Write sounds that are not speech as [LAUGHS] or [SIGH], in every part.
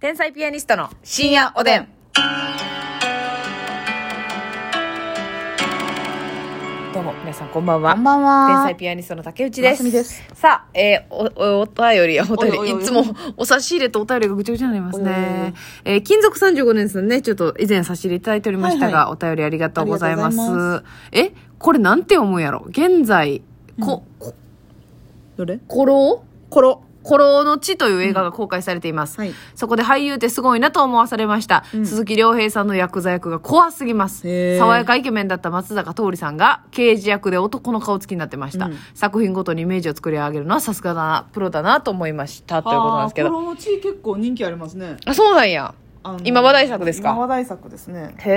天才ピアニストの深夜おでん。どうも、皆さんこんばんは。こんばんは天才ピアニストの竹内です。ますみですさあ、えーお、お、お便りや、お便り。おいおいおいいつもお差し入れとお便りがぐちゃぐちゃになりますね。えー金属35年さんね、ちょっと以前差し入れいただいておりましたが、はいはいお便りありがとうございます。ありがとうござえ、これなんて思うやろ現在、こ、こ、どれコロコロ。コロの地という映画が公開されています。うんはいそこで俳優ってすごいなと思わされました。ん鈴木亮平さんのヤクザ役が怖すぎます。へー爽やかイケメンだった松坂桃李さんが刑事役で男の顔つきになってました。うん作品ごとにイメージを作り上げるのはさすがだな、プロだなと思いました。ということなんですけあーど。コロの地位結構人気ありますね。あ、そうなんや。あの今話題作ですか今話題作ですね。へ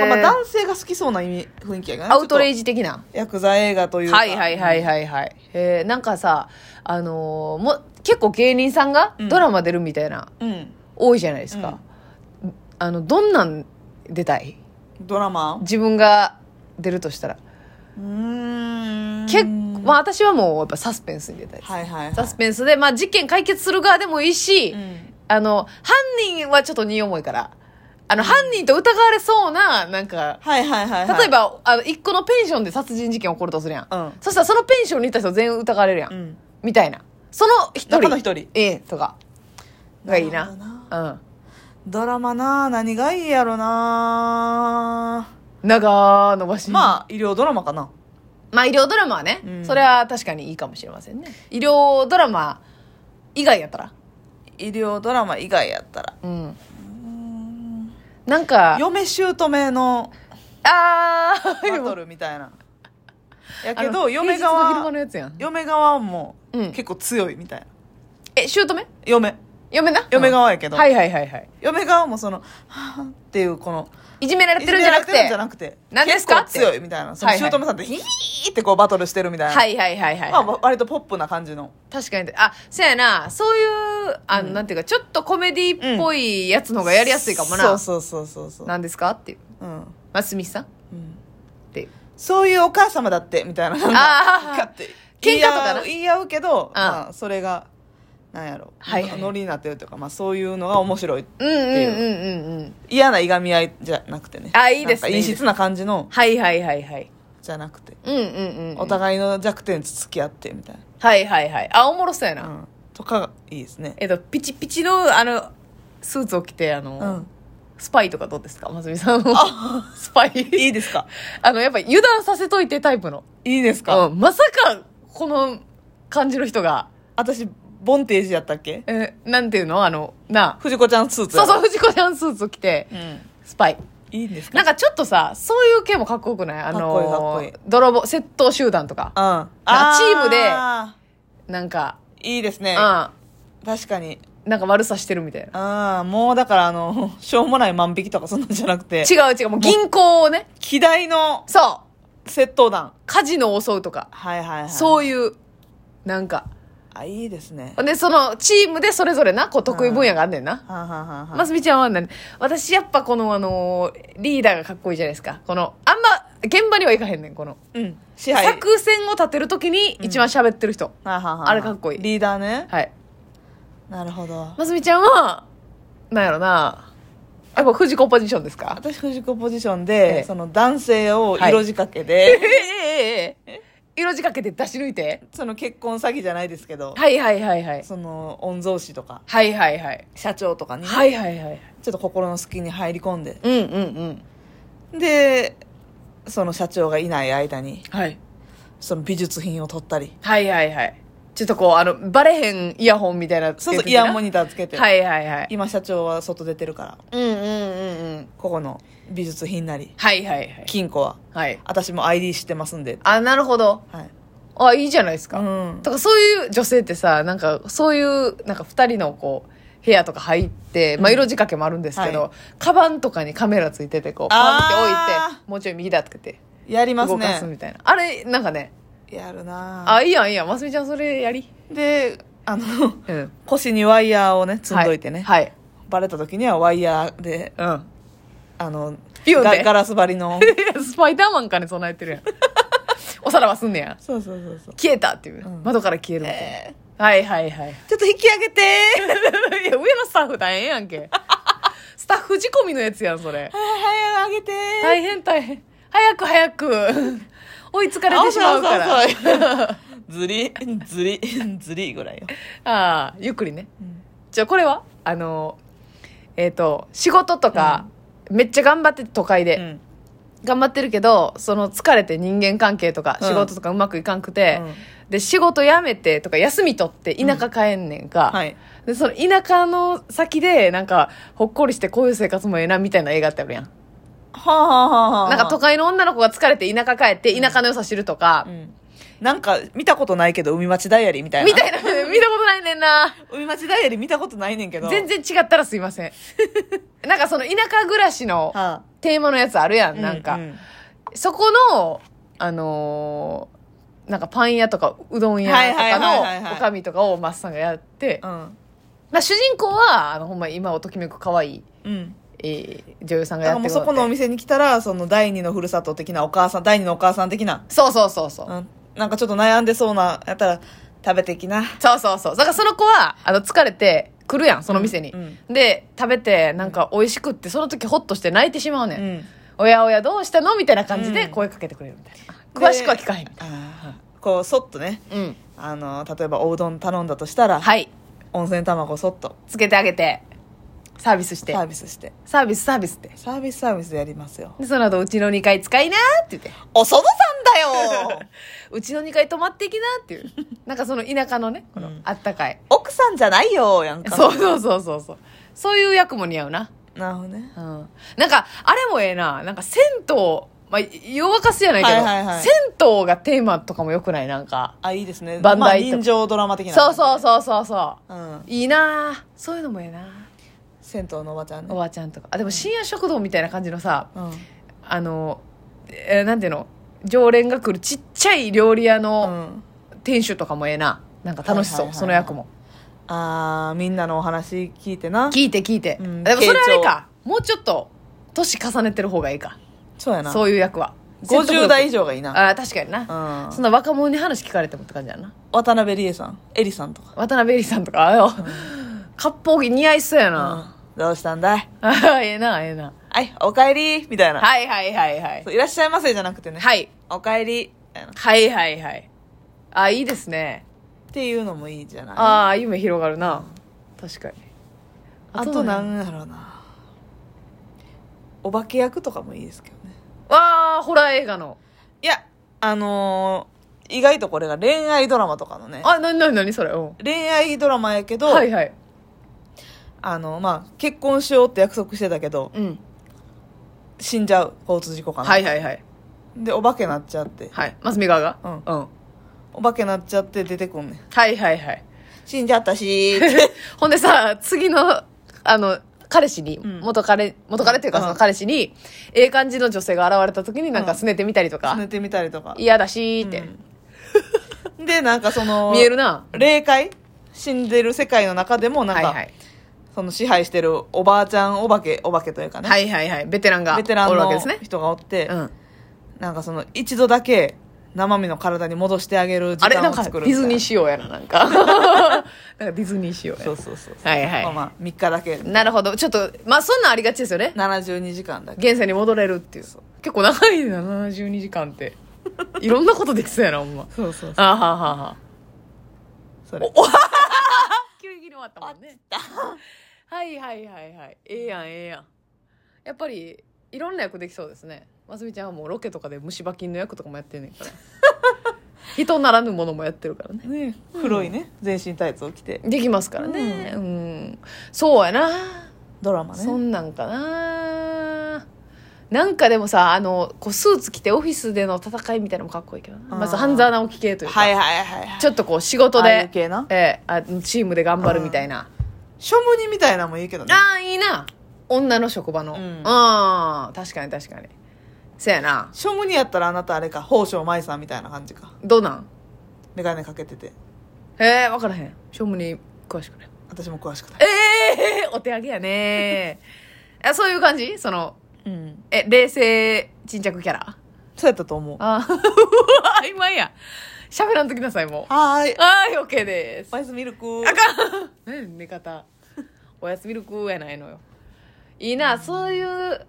え。なんかまあ男性が好きそうな意味雰囲気やからねアウトレイジ。ジ的な。ヤクザ映画というか。はいはいはいはいはい。へえ、なんかさ、あのーも、結構芸人さんがドラマ出るみたいな。うん。多いじゃないですか、あのどんなん出たいドラマ自分が出るとしたらうーん。結構、まあ、私はもうやっぱサスペンスに出たいです、はいはいはい。サスペンスで、まあ、事件解決する側でもいいし、うんあの犯人はちょっと荷重いからあの犯人と疑われそうななんかはいはいはいはい。例え。ばあの一個のペンションで殺人事件起こるとするやん、うんそしたらそのペンションに行った人全員疑われるやん、うん。みたいなその一人中の一人ええとかがいいなるほどなうんドラマなあ何がいいやろなあ長伸ばしまあ、医療ドラマかな。まあ医療ドラマはね、うんそれは確かにいいかもしれませんね医療ドラマ以外やったら医療ドラマ以外やったら。うんなんか嫁姑のあバートルみたいな。やけど、嫁側の平日の昼間側の。やつやん嫁側もうん結構強いみたいな、え姑嫁嫁な嫁うん側やけど、はいはいはいはい嫁側もそのはぁっていうこのいじめられてるんじゃなくていじめられてるんじゃなくて何ですか結構強いみたいなそのはいはい姑さんってヒーってこうバトルしてるみたいな、はいはいはいはい、まあ、割とポップな感じの確かにあそうやなそういうあの、なんていうかちょっとコメディっぽいやつの方がやりやすいかもな、そうそうそうそうそうなんですかっていううんますみさんっうんていうそういうお母様だってみたいなあーかって喧嘩とかな言い合う言い合うけど、あまあ、それがなんやろ、はいはいはいノリになってるというか、まあ、そういうのが面白いうんうんいううんうんうん嫌ないがみ合いじゃなくてねあいいですねなんか陰湿な感じのはいはいはいはいじゃなくてうんうんうんうんお互いの弱点と付き合ってみたいはいはいはい。あ、おもろそうやな。な、うん、とかがいいですねえっと、ピチピチの、あの、スーツを着て、あの、うんスパイとかどうですかまつみさんは。 [LAUGHS] スパイ。いいですかあの、やっぱ油断させといてタイプの。いいですか、うん。まさか、この感じの人が、私ボンテージやったっけえーなんていうのあの、なあ。藤子ちゃんスーツそうそう、う、藤子ちゃんスーツを着てう、ん、スパイ。いいんですかなんかちょっとさ、そういう系もかっこよくないあかっこいいかっこのいい泥棒、窃盗集団とか。うんあかチームであなんか、ーいいですうねん。な確かにんか悪さしてるみたいな。ああもうだからあの [LAUGHS] しょうもない万引きとかそんなんじゃなくて違う違う、もう銀行をね。希代のそう。窃盗団カジノを襲うとか、はいはいはいそういういう、なんか。あいいですねで、その、チームでそれぞれな、こう、得意分野があんねんな。はんはんはんはんますみちゃんは何私、やっぱこの、あのーリーダーがかっこいいじゃないですか。この、あんま、現場には行かへんねん、この。うん支配作戦を立てるときに一番喋ってる人。はんはんはんはんあれかっこいいリーダーねはい。なるほどますみちゃんは、なんやろな、やっぱ藤子ポジションですか私藤子ポジションえで、えその男性を色仕掛け [LAUGHS] [LAUGHS] えで、えええ色仕掛けて出し抜いて。その結婚詐欺じゃないですけど、はいはいはいはい。その御曹司とかはいはいはい。社長とかにね、はいはいはい。ちょっと心の隙に入り込んでうんうんうん。でその社長がいない間にはい。その美術品を取ったりはいはいはい。ちょっとこう、あの、バレへんイヤホンみたいなつそうけそうてイヤモに。ニターつけて、はいはいはい。今社長は外出てるからうんうんうんうん。ここの美術品なりはいはいはい。金庫ははい。私も ID 知ってますんであ、なるほど。はい、あ、いいじゃないですか。うんとか、そういう女性ってさ、なんか、そういう、なんか二人のこう、部屋とか入って、まあ、色仕掛けもあるんですけど、はカバンとかにカメラついてて、こう、パンって置いあて、もうちょい右だって言って、やります動かすみねたいな。あれ、なんかね、やるなあ、いいやんいいやん、ますみちゃんそれやり。であの [LAUGHS] うん。腰にワイヤーをね積んどいてね、はい。バレた時にはワイヤーではい、うん。あのピュンでガガラス張り [LAUGHS] のいやスパイダーマンかね備えてるやんおさらばすんねやそうそうそうそう消えたっていう、うん窓から消えるみたいな、えはいはいはい。 [LAUGHS] ちょっと引き上げていや、上のスタッフ大変やんけ。スタッフ仕込みのやつやん、それ。はいはいはい上げて大変大変。早く早く。 [LAUGHS] 追いつかれてしまうから。あそうそうそう [LAUGHS] ずりずりずりぐらいよ、ああ、ゆっくりね。じゃあこれはあの、えっ、と、仕事とか、めっちゃ頑張ってて都会で、うん頑張ってるけど、その疲れて人間関係とかうん仕事とかうまくいかんくて、うんで、仕事辞めてとか休み取って田舎帰んねんか、はいで、その田舎の先で、なんか、ほっこりしてこういう生活もええなみたいな映画ってあるやん。はあはあはあはあなんか都会の女の子が疲れて田舎帰って田舎の良さ知るとか、うんなんか見たことないけど海町ダイアリーみたいなみたい [LAUGHS] な、見たことないねんな。海町ダイアリー見たことないねんけど全然違ったらすいませ [LAUGHS] ん。なんかその田舎暮らしのはテーマのやつあるやあん、なんか。ううそこの、あのーなんかパン屋とかうどん屋とはいかはいはいはいはのいおかみとかをマスさんがやって、うんまあ、主人公は、あの、ほんま今をときめく可愛い、うんえー女優さんがだやからっもてくうそるこのお店に来たらその第二のふるさと的なお母さん第二のお母さん的な、そうそうそうそう。うん、なんかちょっと悩んでそうなやったら食べてきなそうそうそう。だからその子は、あの、疲れて来るやん、その店に。うんで、食べて、なんか美味しくって、その時ホッとして泣いてしまうね。うんんおやおや、どうしたのみたいな感じでうん声かけてくれるみたいな。で詳しくは聞かへんみたいあーこうそっとねな。うん。あの例えばおうどん頼んだとしたら、はい。温泉卵そっとつけてあげて、サービスしてサ。ービスしてサービス、サービスって。サービスサービスでやりますよで、その後、うちの2階使いなーって言って。おその [LAUGHS] さんだようちの2階泊まっていきなーっていう。なんかその田舎のね、このうんあったかい。奥さんじゃないよやんかそうそうそうそうそう。そういう役も似合うな。なるほどねうんなんか、あれもええな。なんか、銭湯、まあ、夜明かすじゃないけど、はいはいはい銭湯がテーマとかもよくないなんか。あいいですねバンダイまあ、と人情ドラマ的なそうう、そうそうそうそうんう。、いいなそういうのもええな銭湯のおばちゃんおねばあちゃんとか。あ、でも深夜食堂みたいな感じのさ、うんあの、えーなんていうの常連が来るちっちゃい料理屋うのん、店主とかもええな。なんか楽しそう、はいはいはいはいその役も。あーみんなのお話聞いてな聞いて聞いて。うんでもそれあれ傾聴か。もうちょっと、年重ねてる方がいいか。そうやなそういう役は。 50代以上がいいな、あー確かにな。うんそ、んな若者に話聞かれてもって感じやな。渡辺理恵さんエリさんとか、渡辺恵里さんとか、あよ、割烹着似合いそうやな。うん、どうしたんだいあー [LAUGHS] ええな、ええな。はいおかえりみたいな、はいはいはいはいそ。ういらっしゃいませじゃなくてね、はい。おかえりみたいなっはいはいはい。あ、いいですね。ていうのもいいじゃないああ、夢広がるな。確かに。あとなんやろうなお化け役とかもいいですけどねわあ、ホラー映画の。いやあのー意外とこれが恋愛ドラマとかのねあ、なになになにそれ。うん。恋愛ドラマやけど、はいはい。あのまあ結婚しようって約束してたけどうん。死んじゃう交通事故かな、はいはいはい。でお化けなっちゃってはい。マスミ側がうんうん。お化けなっちゃって出てくんねんはいはいはい。 [LAUGHS] 死んじゃったしほんでさ、次の、あの、彼氏に、ん元彼、元彼っていうかうんその彼氏に、ええ感じの女性が現れた時になんかうん拗ねてみたりとか、寝てみたりとか嫌だしーって。うんでなんかその見えるな。霊界死んでる世界の中でもなんはいか、はい。その支配してるおばあちゃんお化けお化けというかね、はいはいはい。ベテランがおベテランるわけでのすね。人がおって、うん。なんかその一度だけ生身の体に戻してあげるあ時れ、な間んをかデ作るィズニーー仕様やな、なん [LAUGHS] か。なんかディズニー仕様やそうそうそう、はいはいまあ、まあ3日だけな。なるほど。ちょっと、まあそんなんありがちですよね。 72時間だけ現世に戻れるっていう。結構長いな、72時間 [LAUGHS] って。いろんなことできそうやな、ほんま。そうそうあはははは。それ急に終わったもんね。はいはいはいはい。ええやん、ええやん。やっぱり、いろんな役できそうですね。ますみちゃんはもうロケとかで虫歯菌の役とかもやってんねん [LAUGHS] から。人ならぬものもやってるからね。ね黒いね、全身タイツを着てできますからね。うん。そうやな。ドラマそねんなんかな。なんかでもさ、あの、こうスーツ着てオフィスでの戦いみたいなのもかっこいいけどな。あーまず半沢直樹系というか、はいはいはいはいちょっとこう仕事ああいうで、系なええあチームで頑張るみたいな。庶務にみたいなのもいいけどねああ、いいな。女の職場の。ううんん。あ確かに確かに。せやな。庶務にやったらあなたあれか宝生舞さんみたいな感じかどうなん眼鏡かけててええわからへん。しょうもに詳しくない。私も詳しくないええお手上げや [LAUGHS] ねあそういう感じその、うんえ、冷静沈着キャラそうやったと思う [LAUGHS] ああ、曖昧や。喋らんときなさいもうはーいはい OK ですおやすみルクね寝方おやすみるくやないのよいいなそういうえー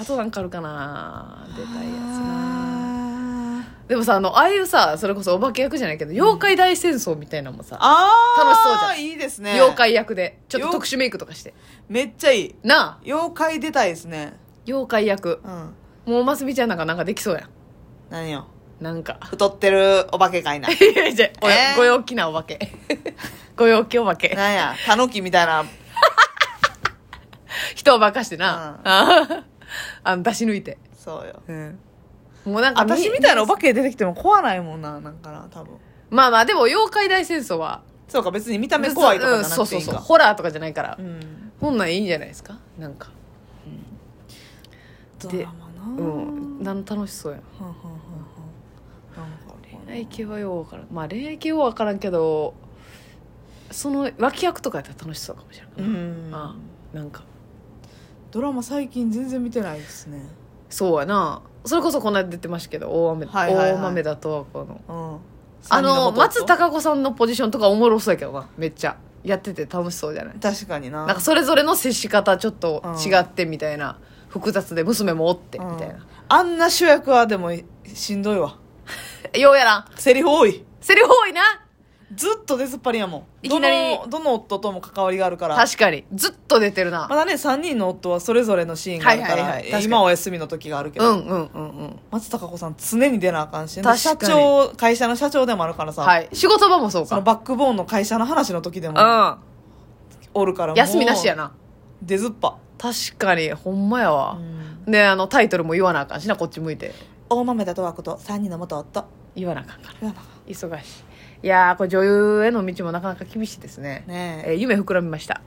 あとなんかあるかな出たいやつなあでもさあのああいうさそれこそお化け役じゃないけど妖怪大戦争みたいなのもさ、あー楽しそうじゃんいいですね妖怪役でちょっとよ特殊メイクとかしてめっちゃいいなあ妖怪出たいですね妖怪役うんもうますみちゃんなんかなんかできそうや何よんなんか太ってるお化けかいな [LAUGHS] いやいやご,、えーご陽気なお化け [LAUGHS] ご陽気お化けなんやタヌキみたいな人を化かしてな、 [LAUGHS] あの出し抜いて、そうよもうなんか私みたいなお化け出てきても怖ないもんななんかな多分まあまあでも妖怪大戦争はそうか別に見た目怖いとかじゃうんなそうくてそいういんそうかホラーとかじゃないから、うんこんなんいいんじゃないですかなんかドでラマなううんんなん楽しそうやんはんはんはんはんなんかあるかな恋愛系はようわからんまあ恋愛系は分からんけどその脇役とかやったら楽しそうかもしれない、うんあなんかドラマ最近全然見てないですねそうやなそれこそこの間出てましたけど大雨、はいはいはい大豆だとこのうんあの松たたか子さんのポジションとかおもろそうやけどなめっちゃやってて楽しそうじゃない確かにななんかそれぞれの接し方ちょっと違ってみたいな、複雑で娘もおってみうんたいな、あんな主役はでもしんどいわようやらんセリフ多いセリフ多いなずっと出ずっぱりやもんいきなりどのどの夫とも関わりがあるから確かにずっと出てるな、まだね3人の夫はそれぞれのシーンがあるから、はいはいはい確かに今お休みの時があるけうど、んうんうんうん松たか子さん常に出なあかんし、確かに社長会社の社長でもあるからさ、はい仕事場もそうそかのバックボーンの会社の話の時でもうおるからん休みなしやなな出ずっぱ、確かにほんまやわ、うんであのタイトルも言わなあかんしなこっち向いて大豆田と和子と3人の元夫言わなあかんからうわま忙しいいやーこれ女優への道もなかなか厳しいですねあねええー夢膨らみました